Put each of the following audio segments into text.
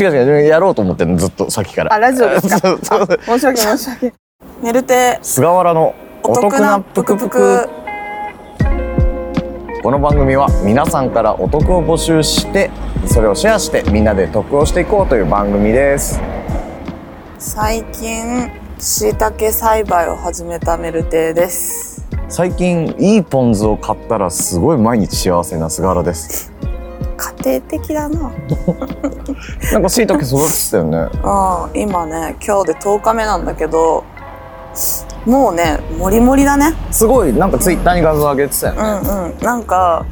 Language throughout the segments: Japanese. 違う違うやろうと思ってんのずっとさっきからあ、ラジオですか そうそうそ申うし訳申し 訳。寝るて、菅原のお得なぷくぷくこの番組は皆さんからお得を募集してそれをシェアしてみんなで得をしていこうという番組です最近、椎茸栽培を始めたメルテです。最近いいポン酢を買ったらすごい毎日幸せな菅原です家庭的だな。なんか椎茸育ってたよねうん、今ね、今日で10日目なんだけど、もうね、もりもりだね。すごいなんかツイッターに画像上げてたようね、んうん。なんか、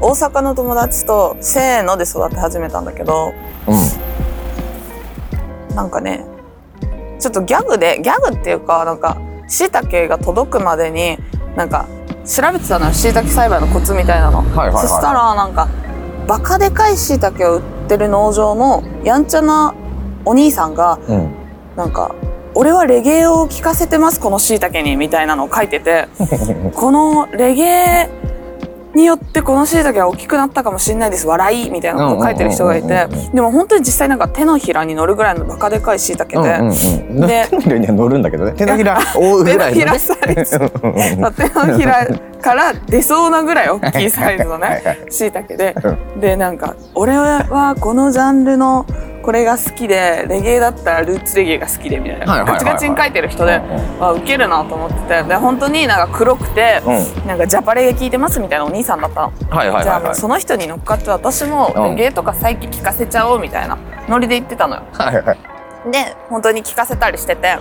大阪の友達と、せーので育て始めたんだけど、うん、なんかね、ちょっとギャグで、ギャグっていうか、なんか、椎茸が届くまでに、なんか、調べてたのよ、椎茸栽培のコツみたいなの。はいはいはいそしたら、なんか、バカでかい椎茸を売ってる農場の、やんちゃなお兄さんが、うん、なんか、俺はレゲエを聴かせてます、この椎茸に、みたいなのを書いてて、 このレゲエによってこの椎茸は大きくなったかもしれないです、笑い、みたいなことを書いてる人がいうんうんうてんうんうんう、でも本当に実際なんか手のひらに乗るぐらいのバカでかい椎茸で、うんうんうん、で手のひらには乗るんだけどね手のひら覆 う手ぐのらいひのらねサイズうんうんうん手のひらから出そうなぐらい大きいサイズのはいはね椎茸でうでなんか俺はこのジャンルのこれが好きでレゲエだったらルーツレゲエが好きでみたいなはいはいはいはガいチガチに書いてる人うでんうんあウケるなと思っててで本当になんか黒くてうなんかジャパレゲ聞いてますみたいなお兄さんだったの。はいはいじゃはあいもはういその人に乗っかって私もレゲエとか最近聞かせちゃおうみたいなノリで言ってたのよ。はいはいで本当に聞かせたりしてて、で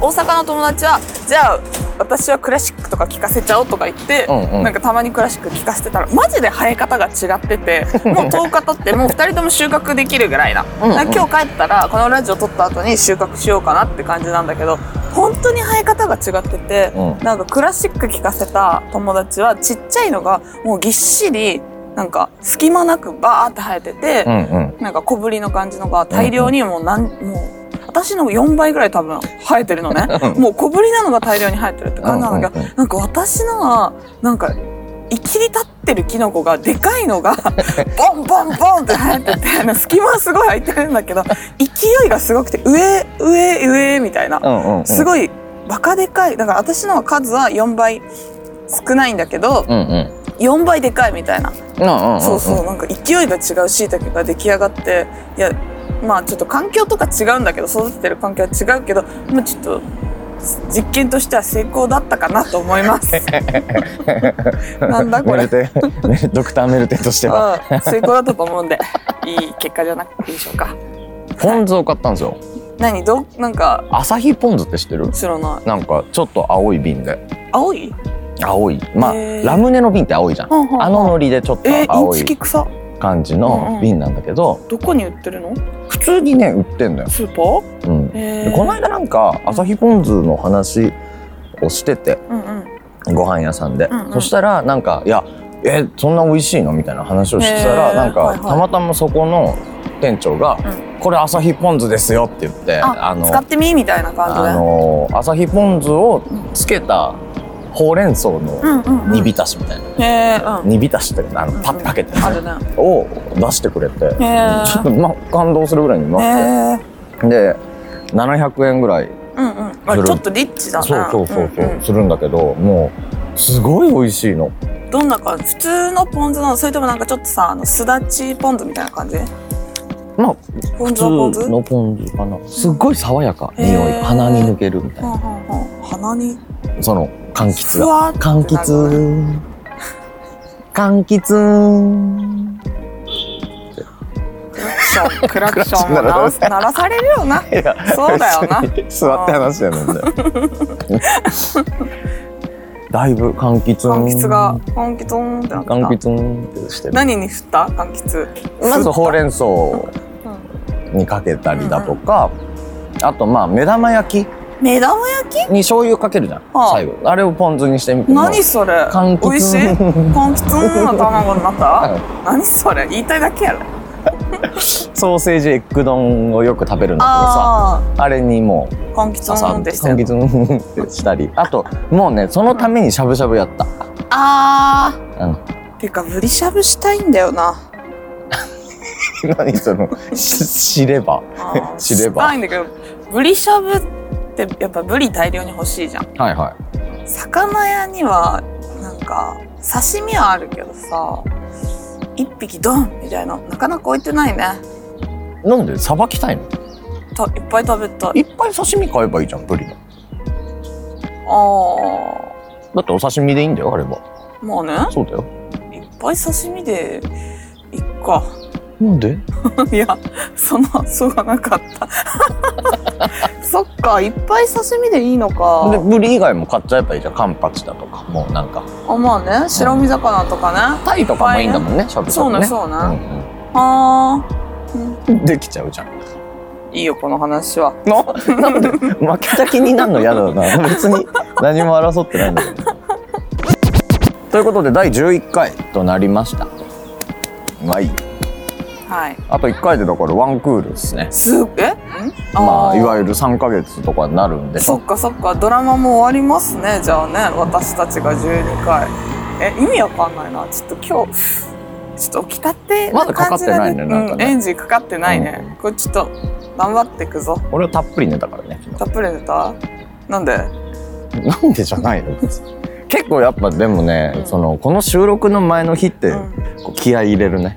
大阪の友達はじゃあ私はクラシックとか聞かせちゃおうとか言って、うんうんなんかたまにクラシック聞かせてたらマジで生え方が違って てもう10日経ってもう2人とも収穫できるぐらいな、んうんだから今日帰ったらこのラジオ撮った後に収穫しようかなって感じなんだけど本当に生え方が違ってて、うんなんかクラシック聞かせた友達はちっちゃいのがもうぎっしりなんか隙間なくバーって生えてて、うんうんなんか小ぶりの感じのが大量にもうなん、もう私の4倍ぐらい多分生えてるのねもう小ぶりなのが大量に生えてるって感じなんだけど、うんうんうなんか私のはなんかいきり立ってるキノコがでかいの がボンボンボンって生えててあの隙間はすごい空いてるんだけど勢いがすごくて上上上みたいなうんうんうんすごいバカでかいだから私のは数は4倍少ないんだけどうんうん4倍でかいみたいなうんうんそうそうなんか勢いが違うしいたけが出来上がっていやまあちょっと環境とか違うんだけど育ててる環境は違うけどまあちょっと実験としては成功だったかなと思い ますなんだこメルれ テメドクターメルテとしてはうん成功だったと思うんでいい結果じゃなくていいでしょうかポン酢を買ったんですよ何どうなんか朝日ポン酢って知ってる知らないなんかちょっと青い瓶で青い青いまあへーラムネの瓶って青いじゃんほんほんほんあの海苔でちょっとえー、イン青チいキ草感じうんうのん瓶なんだけどどこに売ってるの普通にね売ってんだよスーパーうんえでこの間なんか朝日ポン酢の話をしててうんうんご飯屋さんで、うんうんそしたらなんか「いやえそんな美味しいの?」みたいな話をしてたへらーなんか、はいはいたまたまそこの店長が「これ朝日ポン酢ですよ」って言ってあの使ってみみたいなあ感の朝日ポン酢をつけたほうれん草のじでうんうんうん煮浸しみたいな、へーうん煮浸しっていうのあのパッパケってやあつるねを出してくれて、へーちょっと、 ま、感動するぐらいにうまくて、へえで700円ぐらいうんうんあれちょっとリッチだなそうそうそうそう、んんするんだけどもうすごい美味しいのどんな感じ普通のポン酢なのそれともなんかちょっとさあのすだちポン酢みたいな感じまあポン酢はポ普ン酢通のポン酢かなすっごい爽やかへー匂い鼻に抜けるみたいはんはなんはん鼻にその柑橘ふがわーって柑な橘る柑橘クラクションクラクションも鳴らす鳴らされるよないやそうだよな普通に 座って話だよねだいぶ柑橘柑橘が柑橘ーンってなった柑橘ってしてる何に振った柑橘まずほうれれん草にかけたりだとか、あとまあ目玉焼き目玉焼きに醤油かけるじゃん、はあ最後あれをポン酢にしてみても何それ柑橘美味しい柑橘ーンの卵になっはいた何それ言いたいだけやろソーセージエッグ丼をよく食べるんだけどさああれにもうあ柑橘朝ーンっ柑てしてる橘ってしたり あともうねそのためにしゃぶしゃぶやった、 あうんーてかぶりしゃぶしたいんだよな何そのし知ればあー 知れば知らないんだけどブリしゃぶってやっぱブリ大量に欲しいじゃんはいは魚屋にはなんか刺身はあるけどさ一匹ドンみたいななかなか置いてないねいなんでさばきたいのたいっぱい食べたいいっぱい刺身買えばいいじゃんブリのあだってお刺身でいいんだよあればーまあそうだよねいっぱい刺身でいっかなんでいやその発想がなかった そっかいっぱい刺身でいいのでかブリ以外も買っちゃえばいいじゃんカンパチだとかもうなんかあまあね白身魚とかねタイとかもいいんだもんねしゃぶしゃそうぶねねそうね、うんあーうんうんできちゃうじゃんいいよこの話はな なんで負けた気になるの嫌だ な別に何も争ってないんだけどということで第11回となりましたはいはいあと1回でだからワンクールですねすえんまあいゆわゆる3ヶ月とかになるんでそっかそっかドラマも終わりますねじゃあね私たちが12回え意味わかんないなちょっと今日ちょっと起きたってまだかかってないね感じながんかうんねエンジンかかってないね、うんこれちょっと頑張ってくぞ俺はたっぷり寝たからねたっぷり寝たなんでなんでじゃないの 別に結構やっぱでもね、うんそのこの収録の前の日ってうんこう気合い入れるね、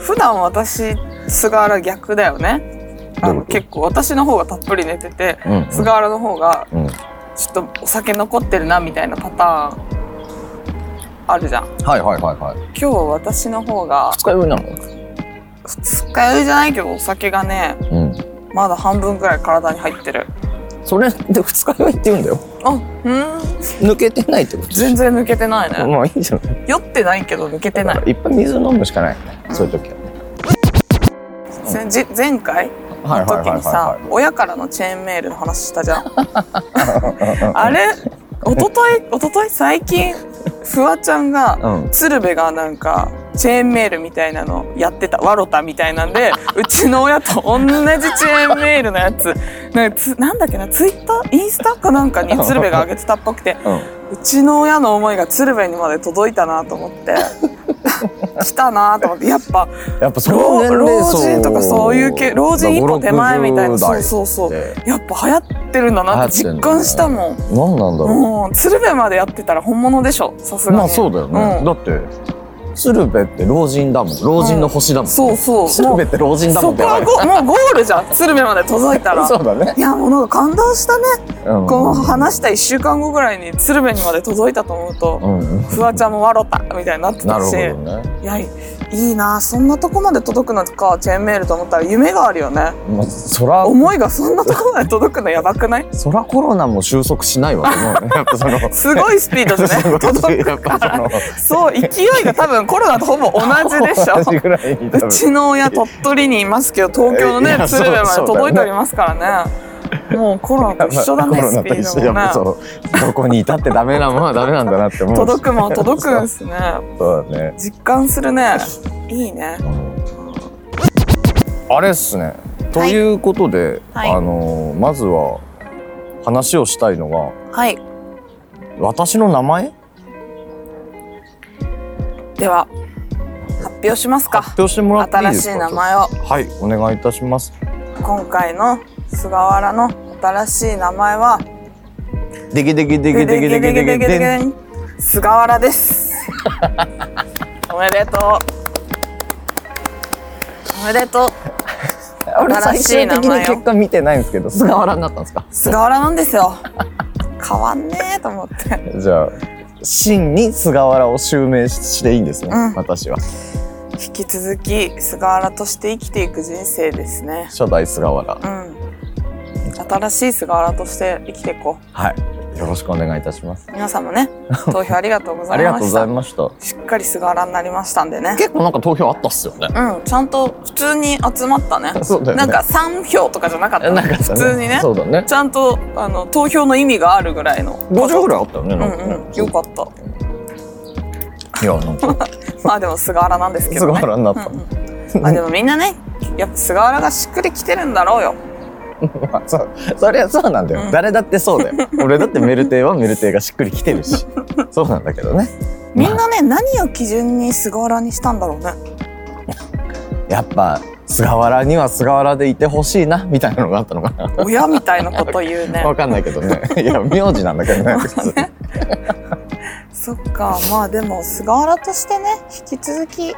普段私菅原逆だよねあどういのうこと結構私の方がたっぷり寝ててうんうん菅原の方がうんちょっとお酒残ってるなみたいなパターンあるじゃんはいはいはいはい今日私の方が二日酔いなの二日酔いじゃないけどお酒がねうんまだ半分くらい体に入ってるそれで二日酔いって言うんだよあうん抜けてないってこと全然抜けてないねまあいいんじゃない酔ってないけど抜けてだなかいらいっぱい水飲むしかないよね、そういう時はねせんじ前回はいのはい時はいにさは親からのチェーンメールの話した じゃんあれ一昨日一昨日最近フワちゃんがいはいうん鶴瓶がなんかチェーンメールみたいなのやってたわろたみたいなん でうちの親と同じチェーンメールのやつなんかつなんだっけなツイッターインスタかなんかに鶴瓶が上げてたっぽくてうんうちの親の思いが鶴瓶にまで届いたなと思って 来たなと思ってやっぱやっぱその老年齢老層人とかそういう系老人一歩手前みたいなそうそうそううやっぱ流行ってるんだなって実感したもん。何なんだろもう鶴瓶までやってたら本物でしょさすがうに、まあそうだよね、うんだって鶴瓶って老人だもん老人の星だもん、そうそう鶴瓶って老人だもそんこはね ゴもうゴールじゃん鶴瓶まで届いたらそうだね、いやもうなんか感動したね、うん、こう話した1週間後ぐらいに鶴瓶にまで届いたと思うと、うんフワちゃんも笑ったみたいになってなたるしほどねいやいいなそんなとこまで届くのかチェーンメールと思ったら夢があるよねまあそら思いがそんなとこまで届くのやばくないそらコロナも収束しないわと思うねやっぱそのすごいスピード でね届やっくかぱそ らのそう勢いが多分コロナとほぼ同じで しょ同じぐらいに多分うちの親鳥取にいますけど東京のいねや鶴瓶までそうそうだよね届いておりますからねもうコロナと一緒だ ねコロスナピと一緒ードやもっぱねそうどこにいたってダメなものはダメなんだなって思うし届くもん届くんすねそうだね、実感するねいいねあれっすねということで、はいあのーまずは話をしたいのがはい私の名前では発表しますか発表してもらっていいで新すしかい名前をはいお願いいたします今回の菅原の新しい名前はでげでげでげでげでげでげでげん菅原ですおめでとうおめでとう俺最新終的しい名に前を結果見てないんですけど菅原になったんですか菅原なんですよ変わんねえと思ってじゃあ真に菅原を襲名していいんですね、うん私は引き続き菅原として生きていく人生ですね初代菅原うん新しい菅原として生きていこうはいよろしくお願いいたします皆さんもね投票ありがとうござあいりがまとうごしざいたましたしっかり菅原になりましたんでね結構なんか投票あったっすよねうんちゃんと普通に集まったね そうだよなねんか3票とかじゃなかっえたなんかさ普通にねそうだねちゃんとあの投票の意味があるぐらいの50ぐらいあったよねうなんかねんうんよかったいやなんかまあでも菅原なんですけど菅ね原になっうんうんたまあでもみんなねやっぱ菅原がしっくりきてるんだろうよ まあそうそりゃそうなんだよ、うん誰だってそうだよ 俺だってメルテイはメルテイがしっくりきてるしそうなんだけどね みんなね何を基準に菅原にしたんだろうねやっぱ菅原には菅原でいてほしいなみたいなのがあったのかな親みたいなこと言うねわかんないけどね いや名字なんだ けどねそっかまあでも菅原としてね引き続き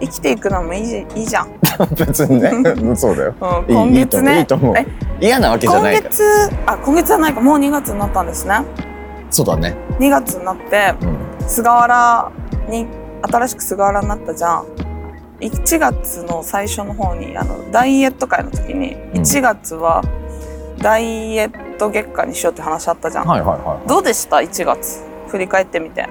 生きていくのもいいじいいじゃん、うん、別にねうんそうだよいい今月ねいいと思ういいとえ思う嫌なわけじゃ今ないから月あ今月じゃないかもう2月になったんですねそうだね2月になってうん菅原に新しく菅原になったじゃん1月の最初の方にあのダイエット会の時にうん1月はダイエット月間にしようって話あったじゃん、はいはいはいどうでした1月振り返ってみて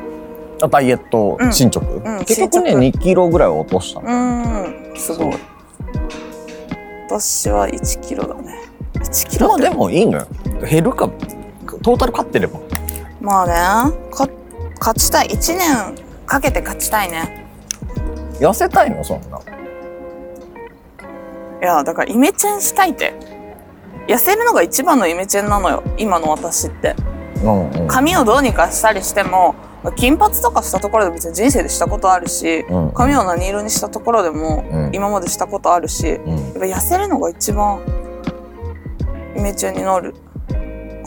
あダイエットうん進捗、ん結局ね進2キロぐらいは落としたうのーんすごいそ私は1キロだね1キまロあででもいいのよ減るかトータル勝ってればまあねか勝ちたい1年かけて勝ちたいね痩せたいのそんないやだからイメチェンしたいって痩せるのが一番のイメチェンなのよ今の私ってうんうん髪をどうにかしたりしても金髪とかしたところで別に人生でしたことあるしうんうん髪を何色にしたところでもうん今までしたことあるしやっうんぱ痩せるのが一番イメチェンになる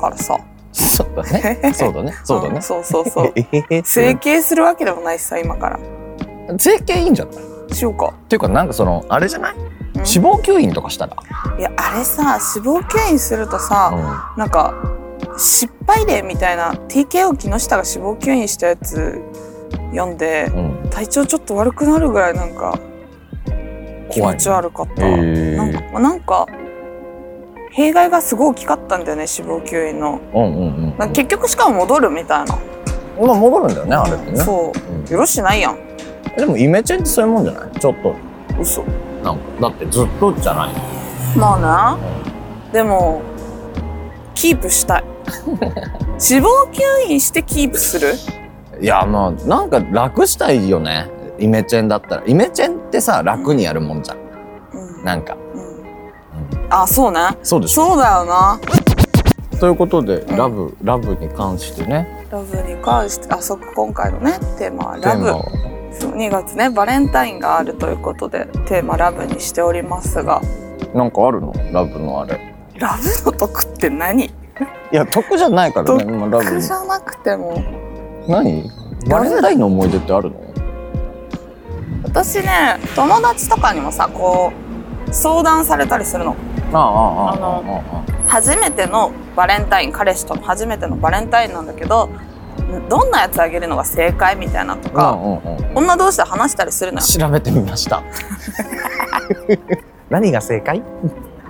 からさそうだねそうだねそうだねんそうそう そうえ整形するわけでもないしさ今から整形いいんじゃないっしようか、ていうかなんかそのあれじゃないうん脂肪吸引とかしたら、いやあれさ脂肪吸引するとうさ、んなんか失敗例みたいな TKO 木下が脂肪吸引したやつ読んでうん、体調ちょっと悪くなるぐらいなんか気怖い持ねち悪かった、へなんーかなんか弊害がすごい大きかったんだよね脂肪吸引のうんうんうんうんなんか結局しかも戻るみたいな、まあ戻るんだよねあれってね、そうんうよろしないやんでもイメチェンってそういうもんじゃないちょっと嘘なんかだってずっとじゃないまあなでもキープ したい脂肪吸引してキープするいやまあなんか楽したいよねイメチェンだったらイメチェンってさ楽にやるもんじゃんうんなんかうんあそうねそうでしょそうだよなということでんラブラブに関してねラブに関してあそっか今回のねテーマはテラーブマはそう2月ねバレンタインがあるということでテーマラブにしておりますがなんかあるのラブのあれラブの得って何いや得じゃないからね、まあ、ラブ得じゃなくても何バレンタインの思い出ってあるの私ね友達とかにもさこう相談されたりするのあああああのああ初めてのバレンタイン彼氏との初めてのバレンタインなんだけどどんなやつあげるのが正解みたいなとあか、あうんうんうん女同士で話したりするのよ調べてみました 何が正解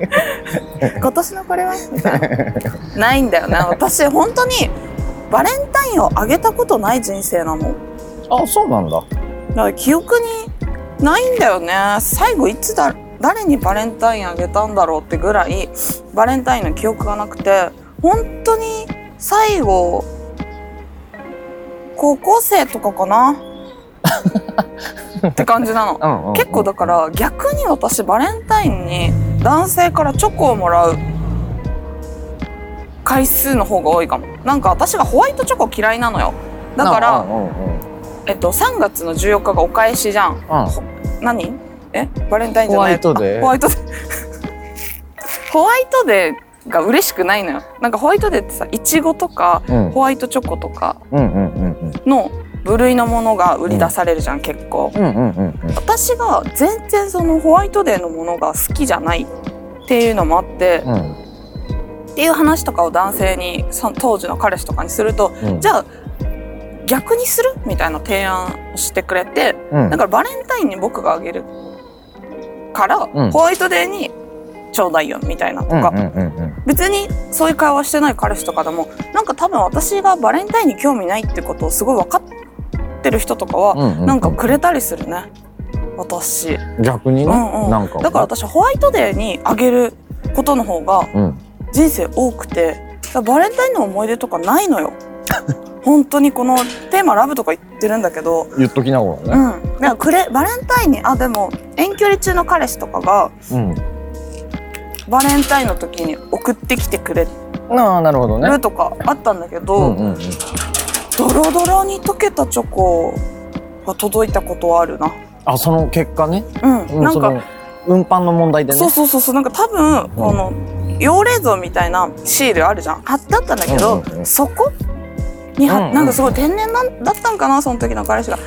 今年のこれはみたいなないんだよね私本当にバレンタインをあげたことない人生なのあそうなんだだから記憶にないんだよね最後いつだ誰にバレンタインあげたんだろうってぐらいバレンタインの記憶がなくて本当に最後高校生とかか なって感じなのうんうんうん結構だから逆に私バレンタインに男性からチョコをもらう回数の方が多いかもなんか私がホワイトチョコ嫌いなのよだかうら、んうんうんえっと、3月の14日がお返しじゃんうん何えバレンタインじゃないホワイトデーあホワイトデー ホワイトデーが嬉しくないのよなんかホワイトデーってさいちごとかうんホワイトチョコとかうんうんうんの部類のものが売り出されるじゃん、結構うんうんうんうん私が全然そのホワイトデーのものが好きじゃないっていうのもあって、うんっていう話とかを男性にそ当時の彼氏とかにすると、うんじゃあ逆にするみたいな提案をしてくれて、うんだからバレンタインに僕があげるから、うんホワイトデーにちょうだいよみたいなとうんか、うんうんうん別にそういう会話してない彼氏とかでもなんか多分私がバレンタインに興味ないってことをすごい分かってる人とかは、うんうんなんかくれたりするね私。逆にねうんうんなんかだから私ホワイトデーにあげることの方がうん人生多くてだからバレンタインの思い出とかない のよ本当にこのテーマラブとか言ってるんだけど言っときながうらねんだからくれバレンタインにあでも遠距離中の彼氏とかがうんバレンタインの時に送ってきてくれああなるほどねるとかあったんだけど、うんうんうんドロドロに溶けたチョコが届いたことはあるなあその結果ねうん、なんそかの運搬の問題でねそうそうそうそうなんか多分、この用冷蔵みたいなシールあるじゃん貼ってあったんだけど、うんうんうんそこに貼っうんうんなんかすごい天然なんだったんかなその時の彼氏が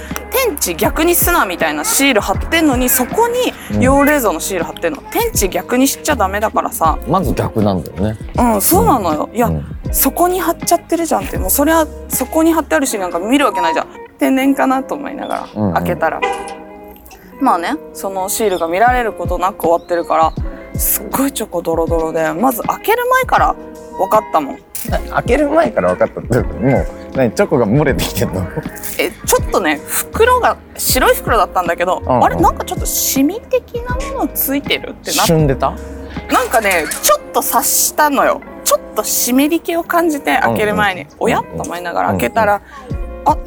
天地逆にすなみたいなシール貼ってんのにそこうんに用冷蔵のシール貼ってんの、天地逆にしちゃダメだからさまず逆なんだよねうんそうなのよいや、うんそこに貼っちゃってるじゃんってもうそりゃそこに貼ってあるシールなんか見るわけないじゃん天然かなと思いながうんうんら開けたら、まあねそのシールが見られることなく終わってるからすっごいチョコドロドロでまず開ける前から分かったもん開ける前から分かったってこともう何チョコが漏れてきてんのえちょっとね袋が白い袋だったんだけど、んうんあれなんかちょっとシミ的なものついてるってな旬でたなんかねちょっと察したのよちょっと湿り気を感じて開ける前に、おやうんうんと思いながら開けたら、あ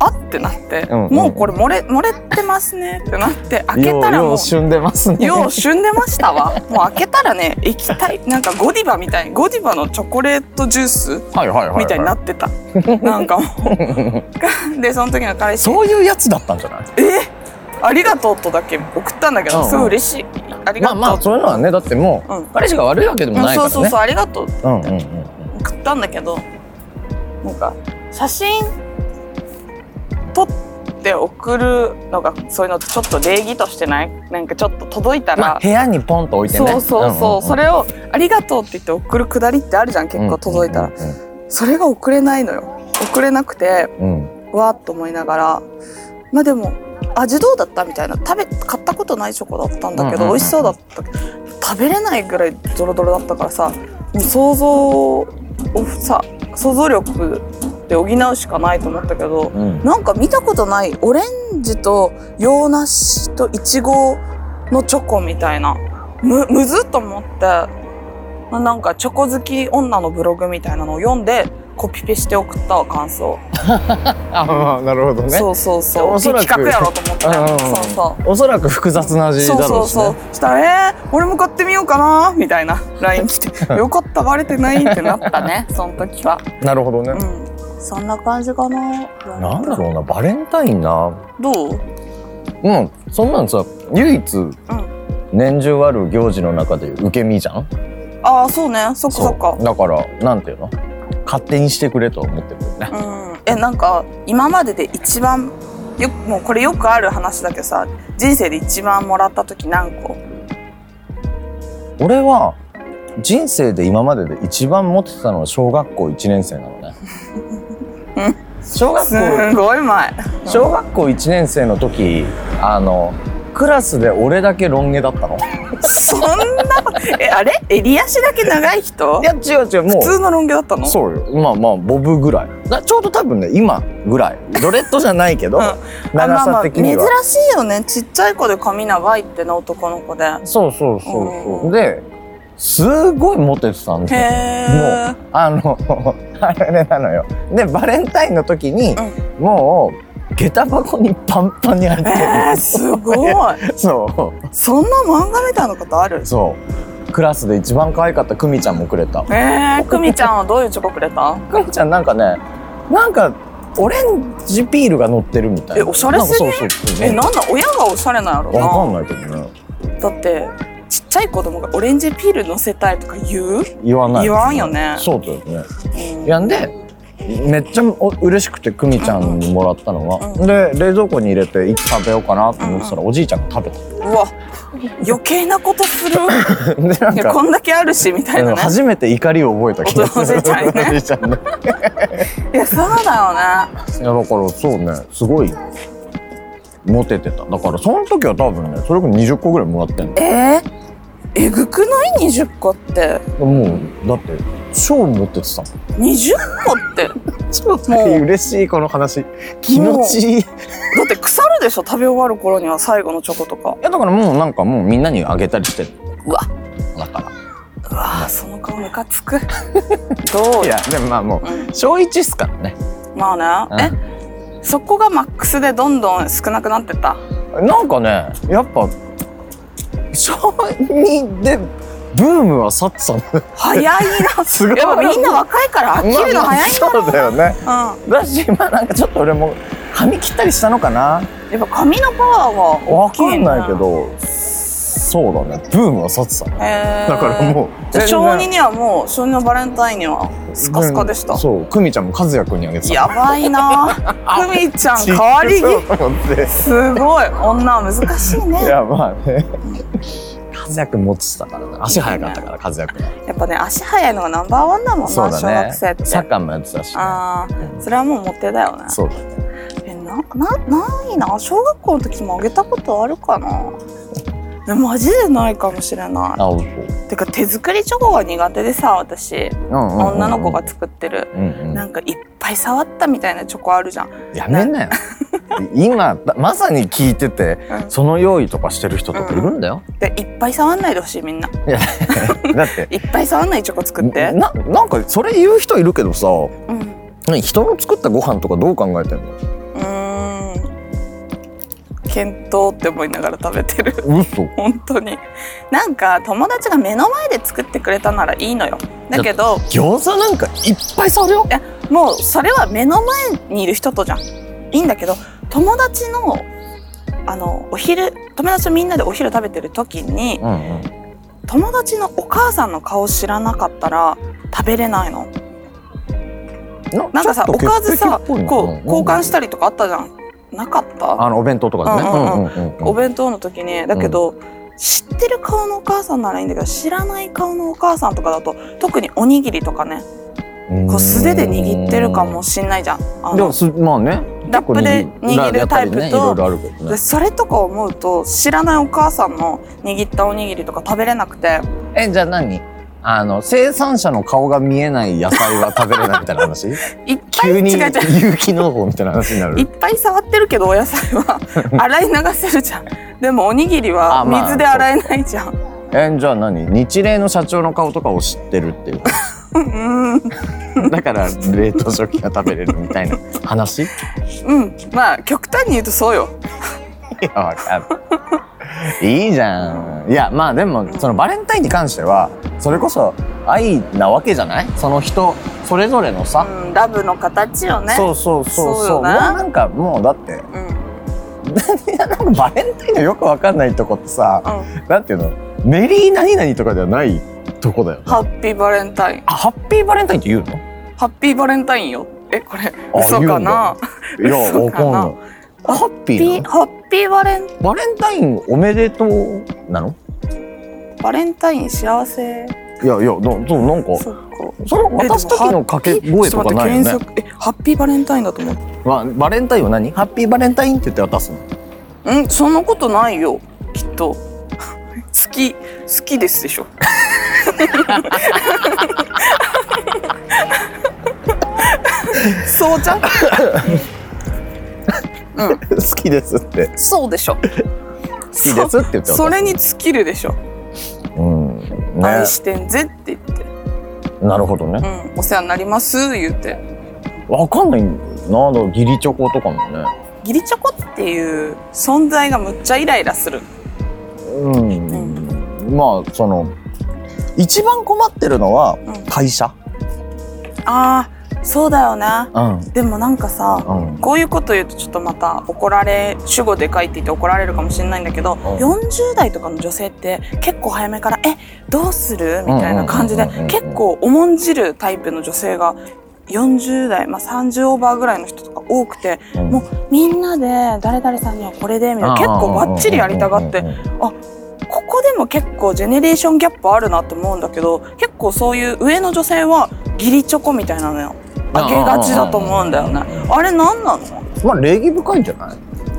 あってなって、うんうんもうこれ漏れ漏れてますねってなって開けよたうらよもうう旬でますねよう旬でましたわもう開けたらね液体なんかゴディバみたいにゴディバのチョコレートジュースはいはいはい、はい、みたいになってた、なんかもう でその時の彼氏そういうやつだったんじゃない「ありがとう」とだけ送ったんだけど、うんうんすごい嬉しい「ありがとまあう」まあそういうのはねだってもう、うん彼氏が悪いわけでもないからそうそねうそう「ありがとう」うんうんうん送ったんだけどなんか写真撮って送るのがそういうのってちょっと礼儀としてないなんかちょっと届いたまあら、部屋にポンと置いてねそうそうそう,、それれを「ありがとう」って言って送るくだりってあるじゃん結構届いたら、それが送れないのよ送れなくてうんうんわーっと思いながらまあでも味どうだったみたいな食べ買ったことないチョコだったんだけど、うんうんうん美味しそうだったけど食べれないぐらいドロドロだったからさもう想像をさ想像力で補うしかないと思ったけど、うんなんか見たことないオレンジと洋梨とイチゴのチョコみたいなむむずっと思ってまあなんかチョコ好き女のブログみたいなのを読んでコピペして送ったわ感想。あまあなるほどねそうそうそう。おそらく企画やろうと思って。うんうんそうそう。おそらく複雑な味だそうそろううし、ね、そう。したら、えー、俺も買ってみようかなみたいな LINE 来 て、よかった、バレてないってなったね、その時は。なるほどね、うん。そんな感じかな。なんだろうなバレンタインなどううんそんなんさ唯一、年中ある行事の中で受け身じゃんああ、そうね。そっかそっか。だからなんていうの勝手にしてくれとは思ってるよねうん。え、なんか、今までで一番、よもうこれよくある話だけどさ、人生で一番もらった時何個俺は人生で今までで一番モテてたのは小学校1年生なの ね小学す校んごい前。 小学校1年生の時あのクラスで俺だけロン毛だったのいそんな、え、あれ襟足だけ長い人や違う違うも普通のロン毛だったのうそうよまあまあボブぐらいだちょうど多分ね今ぐらいドレッドじゃないけど、うん長あまさあ的には、まあ珍しいよねちっちゃい子で髪長いってね男の 子でそうそうそうそう、うんですごいモテてたんですへよえあの あれなのよでバレンタインの時に、もう下駄箱にパンパンに入ってえー、すごいるそそんな漫画みたいなことあるうそうクラスで一番可愛かったクミちゃんもくれたえー、くみちゃんはどういうチョコくれたクミちゃんなんかねなんかオレンジピールが乗ってるみたいえなおしゃれすぎなんかそうそうそうえなんだ親がおしゃれなんやわかんろないけどねなだってちっちゃい子供がオレンジピール乗せたいとか言う、言わない言わんよねそうだよねうん、やんでめっちゃお嬉しくてクミちゃんにもらったのが、うんうで冷蔵庫に入れていつ食べようかなと思ってたら、おじいちゃんが食べ うわ余計なことするたで なんいやこかんだけあるしみたいなうんね初めて怒りを覚えた気がするおじいちゃんにね おじいちゃんねいやそうだよねいやだからそうねすごいモテてただからその時は多分ねそれこそ20個ぐらいもらってんのえー、えぐくない20個ってもうだって超持っててたもん20個って超もう嬉しいこの話気持ちいいいだって腐るでしょ食べ終わる頃には最後のチョコとかやだからもうなんかもうみんなにあげたりしてるうわだからうわーその顔ムカつ くどういや、やでもまあもうう小1っすからねん、まあねえそこがマックスでどんどん少なくなってったなんかねやっぱ小2でブームは去ってたんだ早いな すごいやっぱみんな若いから飽きるの早いんだろうまあまあそうだよねな、うんだしまあなんかちょっと俺も髪切ったりしたのかなやっぱ髪のパワーは大わきいかんないけへどそうだねブームは去ってたねえだからもうじゃあ全然小二にはもう小二のバレンタインにはスカスカでしたうんそう久美ちゃんも和也君にあげてたやばい なふみちゃんちっちゃ変わりそう着と思ってすごい女は難しいいねやまあね和也君持ってたからな足早かったから和也君やっぱね足早いのがナンバーワンだもんな、そう小だ学ね生ってサッカーもやってたしねああそれはもうモテだよねそうだねえななないな小学校の時もあげたことあるかなえマジでないかもしれなあおうんいてか手作りチョコが苦手でさ私うんうん女の子が作ってるうんうんなんかいっぱい触ったみたいなチョコあるじゃん、やめ んなよ今だまさに聞いててうその用意とかしてる人とかいるんだよ、ん、でいっぱい触んないでほしいみんないやだっていっぱい触んないチョコ作ってななんかそれ言う人いるけどさうんう何人の作ったご飯とかどう考えてんのーん検討って思いながら食べてる嘘本当になんか友達が目の前で作ってくれたならいいのよだけど餃子なんかいっぱい触るよもうそれは目の前にいる人とじゃんいいんだけど友達のあのお昼友達とみんなでお昼食べてる時にうんうん友達のお母さんの顔知らなかったら食べれないのなんかさおかずさこう交換したたりとかあったじゃんなかったあのお弁当とかでねうんうんうんうんうんお弁当の時にだけど、知ってる顔のお母さんならいいんだけど知らない顔のお母さんとかだと特におにぎりとかねこう素手で握ってるかもしんないじゃんあでものすまあねラップで握るタイプとラップやったりねいろいろあるけどでねそれとか思うと知らないお母さんの握ったおにぎりとか食べれなくてえじゃあ何あの生産者の顔が見えない野菜は食べれないみたい な話いっぱい急に違う違う有機農法みたいな話にないっるぱい触ってるけどお野菜は 洗い流せるじゃんでもおにぎりはあまあ水で洗えないじゃん、えじゃあ何日例の社長の顔とかを知ってるっていう うんだから冷凍食品が食べれるみたいな話いうんまあ極端に言うとそうよやわかんないいいじゃんいやまあでもそのバレンタインに関してはそれこそ愛なわけじゃないその人それぞれのさ、うん、ラブの形よねそうそうそうそそううよもうななんかもうだってう、んいやなんかバレンタインのよくわかんないとこってさ、うなんていうのメリー何々とかではないとこだよねハッピーバレンタインあハッピーバレンタインって言うのハッピーバレンタインよえこれ嘘かなハいや嘘わかかなんないあハッピッーピーなハッピーバレンのバレンタインおめでとうなのバレンタイン幸せいやいやなそうなんかそっかそれ渡す時の掛け声とかないよちょねっと待って検索えハッピーバレンタインだと思ってわバレンタインは何ハッピーバレンタインって言って渡すのうんそんなことないよきっと好き好きですでしょそうじゃんうん 好きですってそうでしょ好好きですって言って渡すそれに尽きるでしょ、うんね愛してんぜって言って、なるほどねうん、お世話になります言ってわかんないなだギリチョコとかもねギリチョコっていう存在がむっちゃイライラするうん、まあその一番困ってるのはん会社、あーそうだよねうんでもなんかさ、うんこういうこと言うとちょっとまた怒られ主語でかいって言って怒られるかもしれないんだけど、40代とかの女性って結構早めから「えどうする?」みたいな感じでうんうんうんうんうん結構重んじるタイプの女性が40代、まあ、30オーバーぐらいの人とか多くてうんもうみんなで誰々さんにはこれでみたいな結構バッチリやりたがってうんうんうんうんここでも結構ジェネレーションギャップあるなって思うんだけど結構そういう上の女性は義理チョコみたいなのよあげがちだと思うんだよねあれ何なのまあ礼儀深いんじゃないあ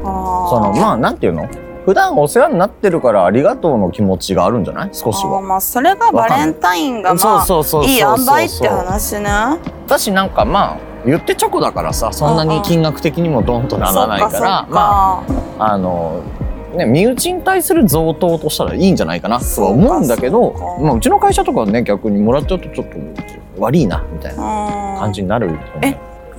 ーそのまあなんていうの普段お世話になってるからありがとうの気持ちがあるんじゃない少しあーはまあそれがバレンタインがまあそうそうそうそういい塩梅ってそう話ねだしなんかまあ言ってチョコだからさそんなに金額的にもドンとならないからそっそっまかああのね、身内に対する贈答としたらいいんじゃないかなとは思うんだけどそうかそうかまあ、うちの会社とかね逆にもらっちゃうとちょっと悪いなみたいなうん感じになる、え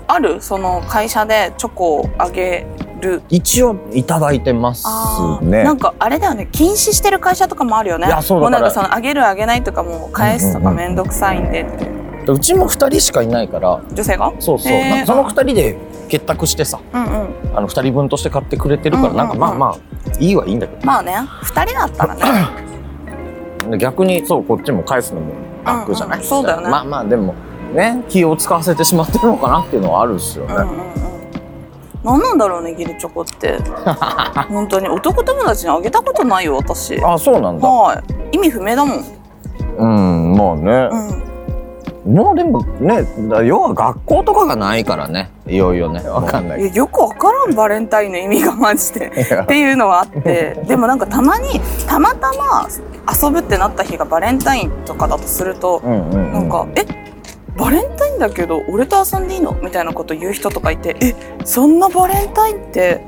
あるその会社でチョコをあげる一応いただいてますあーねなんかあれだよね禁止してる会社とかもあるよねいやそうだからもうなんかそのあげるあげないとかもう返すとかうんうんうん面倒くさいんでって、うちも2人しかいないから女性がそうそう、へーなんかその2人で結託してさうんうんあの2人分として買ってくれてるから、うんうんなんかまあまあいいはいいんだけまあね2人だったらね どで逆にそうこっちも返すのも楽じゃない、うんうんそうだよねまあまあでもね気を使わせてしまってるのかなっていうのはあるっすよね、うんうんうん何なんだろうね義理チョコって本当に男友達にあげたことないよ私あそうなんだはい意味不明だもんうんまあね、うんもうでもねだ要は学校とかがないからねいよいよねわかんないいやよくわからんバレンタインの意味がマジでけどっていうのはあってでもなんかたまにたまたま遊ぶってなった日がバレンタインとかだとするとうんうん、うん、なんか、えバレンタインだけど俺と遊んでいいのみたいなこと言う人とかいてえそんなバレンタインって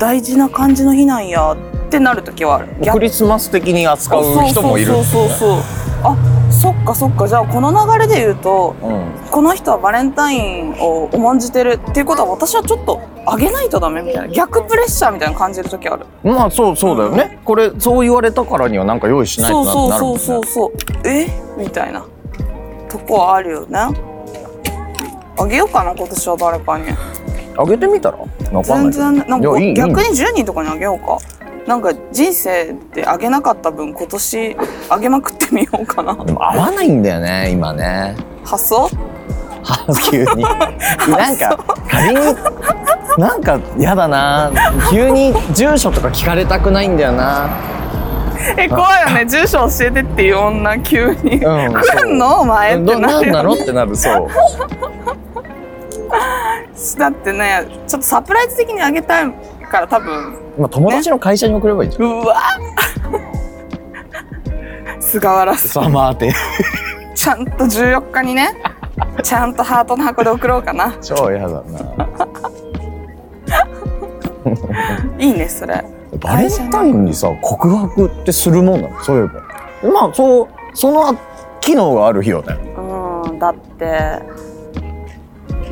大事な感じの日なんやってなる時はあるクリスマス的に扱う人もいるそうそうそうそうあそっかそっかじゃあこの流れで言うとうんこの人はバレンタインを重んじてるっていうことは私はちょっとあげないとダメみたいな逆プレッシャーみたいな感じる時あるまあそうそうだよね、これそう言われたからにはなんか用意しないそとうなってそうなるもそんうねそうそうえみたいなとこはあるよねあげようかな今年は誰かにあげてみたらわかん全ないけど然なんかいやいい逆いいに10人とかにあげようかなんか人生であげなかった分今年あげまくってみようかな でも合わないんだよね今ね発想急になんか仮になんか嫌だな急に住所とか聞かれたくないんだよなえ怖いよね住所教えてっていう女急にうん来んのお前ってどななんるなよのってなるそうだってねちょっとサプライズ的にあげたいから多分まあ友達の会社に送ればいいじゃんうわ 菅原さんサマーテちゃんと14日にねちゃんとハートの箱で送ろうかな超嫌だないいねそれバレンタインにさ告白ってするもんなのそういえばまあそうその機能がある日よねうんだって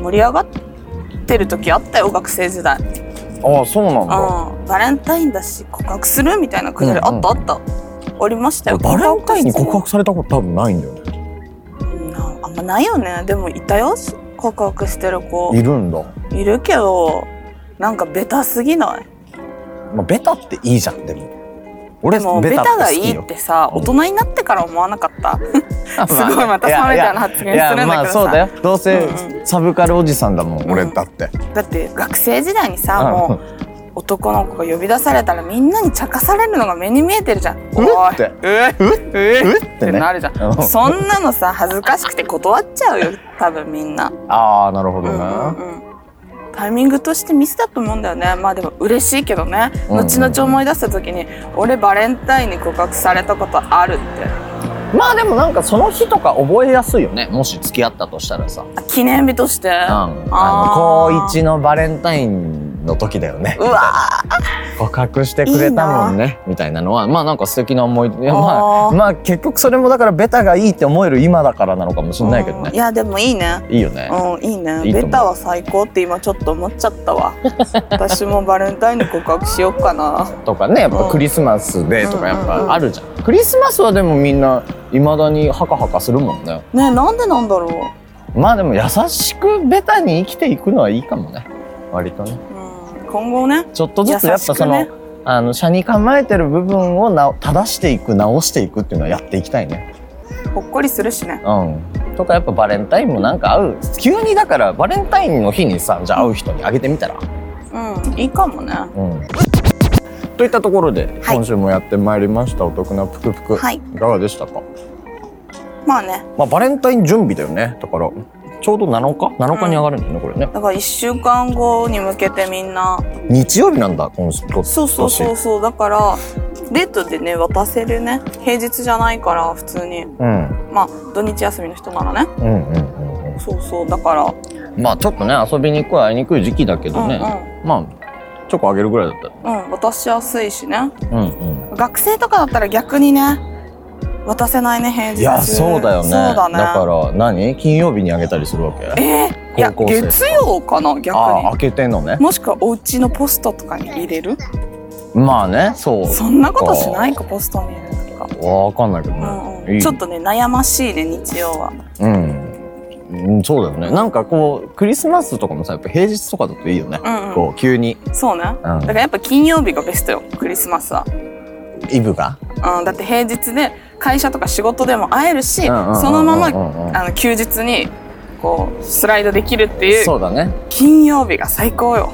盛り上がってる時あったよ学生時代、うん、ああそうなんだバレンタインだし告白するみたいなくだりあったあった、ありましたよ俺バレンタインに告白白されたこと多分ないんだよねうんあんまないよねでもいたよ告白してる子いるんだいるけどなんかベタすぎないまあ、ベタっていいじゃんでも俺でもベベタタがってい好きいっよてさ大人になってから思わなかったあすごいまたサメみたいな発言するんだけどさいやまあそうだよどうせうんサブカルおじさんだもん、ん俺だってだって学生時代にさ、うんもう男の子が呼び出されたらみんなに茶化されるのが目に見えてるじゃん。おいってええうえっっててねなるじゃうんん。そんなのさ恥ずかしくて断っちゃうよ多分みんな。ああなるほどうんな、うんうんタイミングとしてミスだと思うんだよねまあでも嬉しいけどね、うんうん後々思い出した時に俺バレンタインに告白されたことあるってまあでもなんかその日とか覚えやすいよねもし付き合ったとしたらさ、うん、あ記念日として、ああーの高一のバレンタインの時だよねうわ告白してくれたもんねみたいなのはまあなんか素敵な思い出いやまああーまあ結局それもだからベタがいいって思える今だからなのかもしれないけどうんねい、やでもいいねいいよね、うん、いいねいいと思うベタは最高って今ちょっと思っちゃった わ私もバレンタインに告白しようかなとかねやっうぱんクリスマスでとかやっうんうんうんぱあるじゃん,、クリスマスはでもみんないまだにハカハカするもんねねなんでなんだろまあでも優しくベタに生きていくのはいいかもね割とねう、うん、今後ねちょっとずつやっぱその、優しくあの車に構えてる部分をな正していく直していくっていうのはやっていきたいねほっこりするしねうんとかやっぱバレンタインもなんか合う急にだからバレンタインの日にさじゃあ会う人にあげてみたらうんいいかもねうんといったところで、はい今週もやってまいりましたお得なぷくぷく、はいいかがでしたかまあねまあ、バレンタイン準備だよねだからちょうど7日7日に上がるんだよね、これねだから1週間後に向けてみんな日曜日なんだ今今年そうそうそうそうだからデートでね渡せるね平日じゃないから普通にうんまあ土日休みの人ならねうんうんうんうそうそうだからんまあちょっとね遊びに行く会いにくい時期だけどね、まあチョコあげるぐらいだったうんうんうん渡しやすいしねらうんうん学生とかだったら逆にね渡せないね平日いやそうだよねそうだねから何金曜日にあげたりするわけえー、いや高校生月曜かな逆ああに開けてんのねもしくはお家のポストとかに入れるまあねそうそんなことしないかポストに入れるとか、わかんないけどうんね、うんいいちょっとね悩ましいね日曜はうんうん、そうだよねなんかこうクリスマスとかもさやっぱ平日とかだといいよね、うんうんこう急に、そうねだうんからやっぱ金曜日がベストよクリスマスは、イブがうん、だって平日で会社とか仕事でも会えるしそうんうんうんうんうんのままあの休日にこうスライドできるっていうそうだね金曜日が最高よ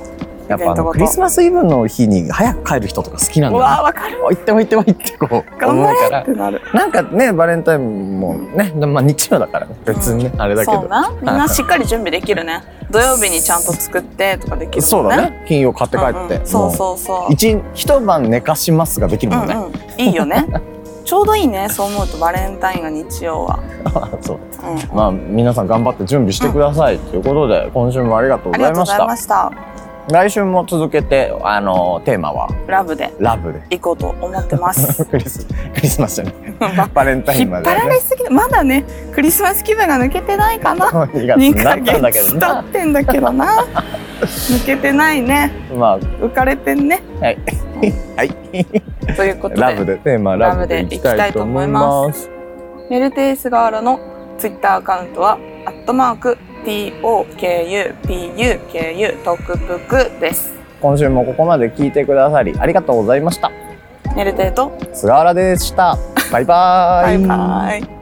やっイベぱンあトのごとクリスマスイブの日に早く帰る人とか好きなんうだわーなわかる行っても行っても行ってこう頑思うか張れっらてなるなんかねバレンタインもね、でもまあ日曜だからね別にね、あれだけそうどなみんなしっかり準備できるね土曜日にちゃんと作ってとかできるもんそうだね金曜買って帰って、うんうんそうもそうそうう一一晩寝かしますができるもんね、うんうん、いいよねちょうどいいねそう思うとバレンタインが日曜は、そううん、まあ皆さん頑張って準備してください、ということで今週もありがとうありござがとうごいましざいたました来週も続けてあのテーマはラブでラブで行こうと思ってますクリスクリスマスじゃない バレンタイ引っンま張ではらねれすぎてまだねクリスマス気分が抜けてないか な2月2になヶったんだけど月な経ってんだけど な抜けてないねま浮かれてんねあはいはいということでラブでテーマラブでいきたいと思います。メルテイスガーラのツイッターアカウントは、アットマーク、tokupuku トクプクです。今週もここまで聞いてくださりありがとうございました。メルテイと、菅原でした。バイババイ。イバイ。